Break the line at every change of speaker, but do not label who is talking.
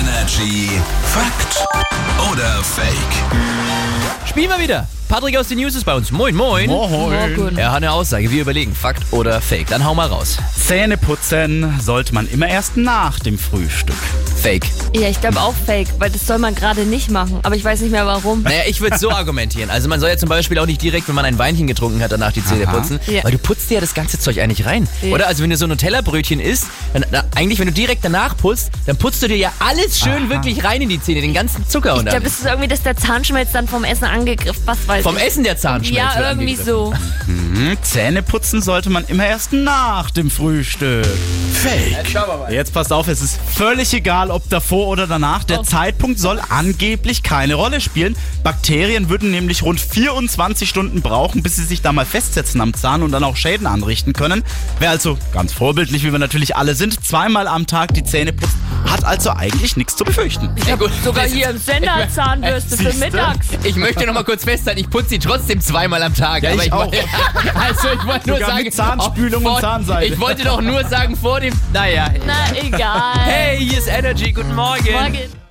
Energy Fakt oder Fake?
Spielen wir wieder. Patrick aus den News ist bei uns. Moin, moin.
Moin.
Er hat eine Aussage. Wir überlegen, Fakt oder Fake. Dann hau mal raus.
Zähne putzen sollte man immer erst nach dem Frühstück.
Fake.
Ja, ich glaube auch fake, weil das soll man gerade nicht machen. Aber ich weiß nicht mehr warum.
Naja, ich würde so argumentieren. Also man soll ja zum Beispiel auch nicht direkt, wenn man ein Weinchen getrunken hat, danach die Zähne
Aha.
putzen.
Ja.
Weil du putzt dir ja das ganze Zeug eigentlich rein. Oder? Also wenn du so ein Nutella-Brötchen isst, dann na, eigentlich, wenn du direkt danach putzt, dann putzt du dir ja alles schön wirklich rein in die Zähne, den ganzen Zucker und
Ich glaube, es ist irgendwie, dass der Zahnschmelz dann vom Essen angegriffen, was weiß
Vom
ich.
Essen der Zahnschmerz.
Ja,
wird
irgendwie
angegriffen.
so.
Zähne putzen sollte man immer erst nach dem Frühstück.
Fake.
Jetzt passt auf, es ist völlig egal, ob davor oder danach. Der Zeitpunkt soll angeblich keine Rolle spielen. Bakterien würden nämlich rund 24 Stunden brauchen, bis sie sich da mal festsetzen am Zahn und dann auch Schäden anrichten können. Wer also, ganz vorbildlich, wie wir natürlich alle sind, zweimal am Tag die Zähne putzt, hat also eigentlich nichts zu befürchten.
Ja, gut.
Sogar hier im Sender Zahnbürste für mittags.
Ich möchte noch mal kurz festhalten, ich putze sie trotzdem zweimal am Tag.
Ja,
aber
ich
ich wollte- Also ich wollte nur
Sogar
sagen...
mit Zahnspülung
auch
und Zahnseide.
Ich wollte doch nur sagen, vor dem... Naja.
Na, egal.
Hey, hier ist Energy, guten Morgen.
Morgen.